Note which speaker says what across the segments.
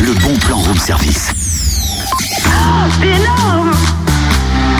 Speaker 1: le bon plan room service.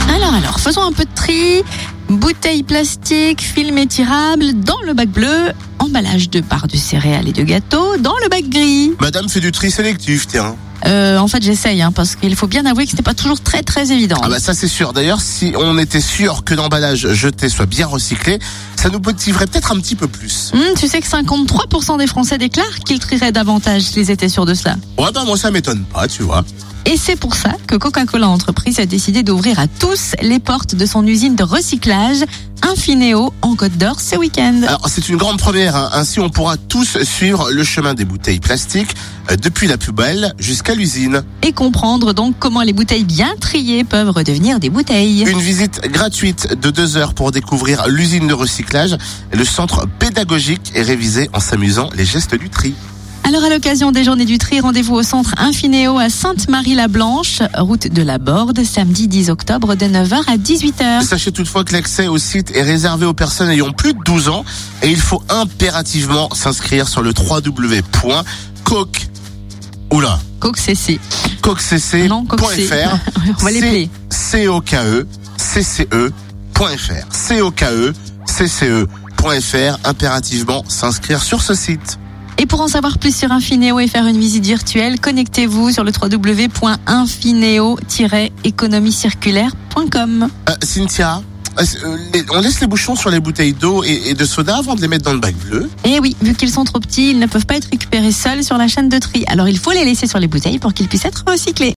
Speaker 2: Alors, alors, faisons un peu de tri. Bouteilles plastiques, film étirable, dans le bac bleu, emballage de barres de céréales et de gâteaux, dans le bac gris.
Speaker 3: Madame fait du tri sélectif, tiens.
Speaker 2: Euh, en fait, j'essaye, hein, parce qu'il faut bien avouer que ce n'est pas toujours très très évident.
Speaker 3: Ah bah ça c'est sûr. D'ailleurs, si on était sûr que l'emballage jeté soit bien recyclé, ça nous motiverait peut-être un petit peu plus.
Speaker 2: Hum, tu sais que 53% des Français déclarent qu'ils trieraient davantage s'ils étaient sûrs de cela.
Speaker 3: Ouais bah moi ça m'étonne pas, tu vois.
Speaker 2: Et c'est pour ça que Coca-Cola Entreprise a décidé d'ouvrir à tous les portes de son usine de recyclage Infinéo en Côte d'Or ce week-end.
Speaker 3: Alors c'est une grande première. hein. Ainsi, on pourra tous suivre le chemin des bouteilles plastiques euh, depuis la poubelle jusqu'à l'usine.
Speaker 2: Et comprendre donc comment les bouteilles bien triées peuvent redevenir des bouteilles.
Speaker 3: Une visite gratuite de deux heures pour découvrir l'usine de recyclage, le centre pédagogique et réviser en s'amusant les gestes du tri.
Speaker 2: Alors à l'occasion des journées du tri, rendez-vous au centre Infinéo à Sainte-Marie-la-Blanche, route de la Borde, samedi 10 octobre de 9h à 18h.
Speaker 3: Sachez toutefois que l'accès au site est réservé aux personnes ayant plus de 12 ans et il faut impérativement s'inscrire sur le www.coc Oula,
Speaker 2: Coq CC. Ah Non, Coq C.
Speaker 3: coccc.fr
Speaker 2: On va l'appeler.
Speaker 3: c o k e c c E e.fr c o k e c c e.fr impérativement s'inscrire sur ce site.
Speaker 2: Et pour en savoir plus sur Infinéo et faire une visite virtuelle, connectez-vous sur le www.infinéo-économiecirculaire.com.
Speaker 3: Euh, Cynthia, euh, c'est- euh, les- on laisse les bouchons sur les bouteilles d'eau et, et de soda avant de les mettre dans le bac bleu.
Speaker 2: Et Eh oui, vu qu'ils sont trop petits, ils ne peuvent pas être récupérés seuls sur la chaîne de tri. Alors il faut les laisser sur les bouteilles pour qu'ils puissent être recyclés.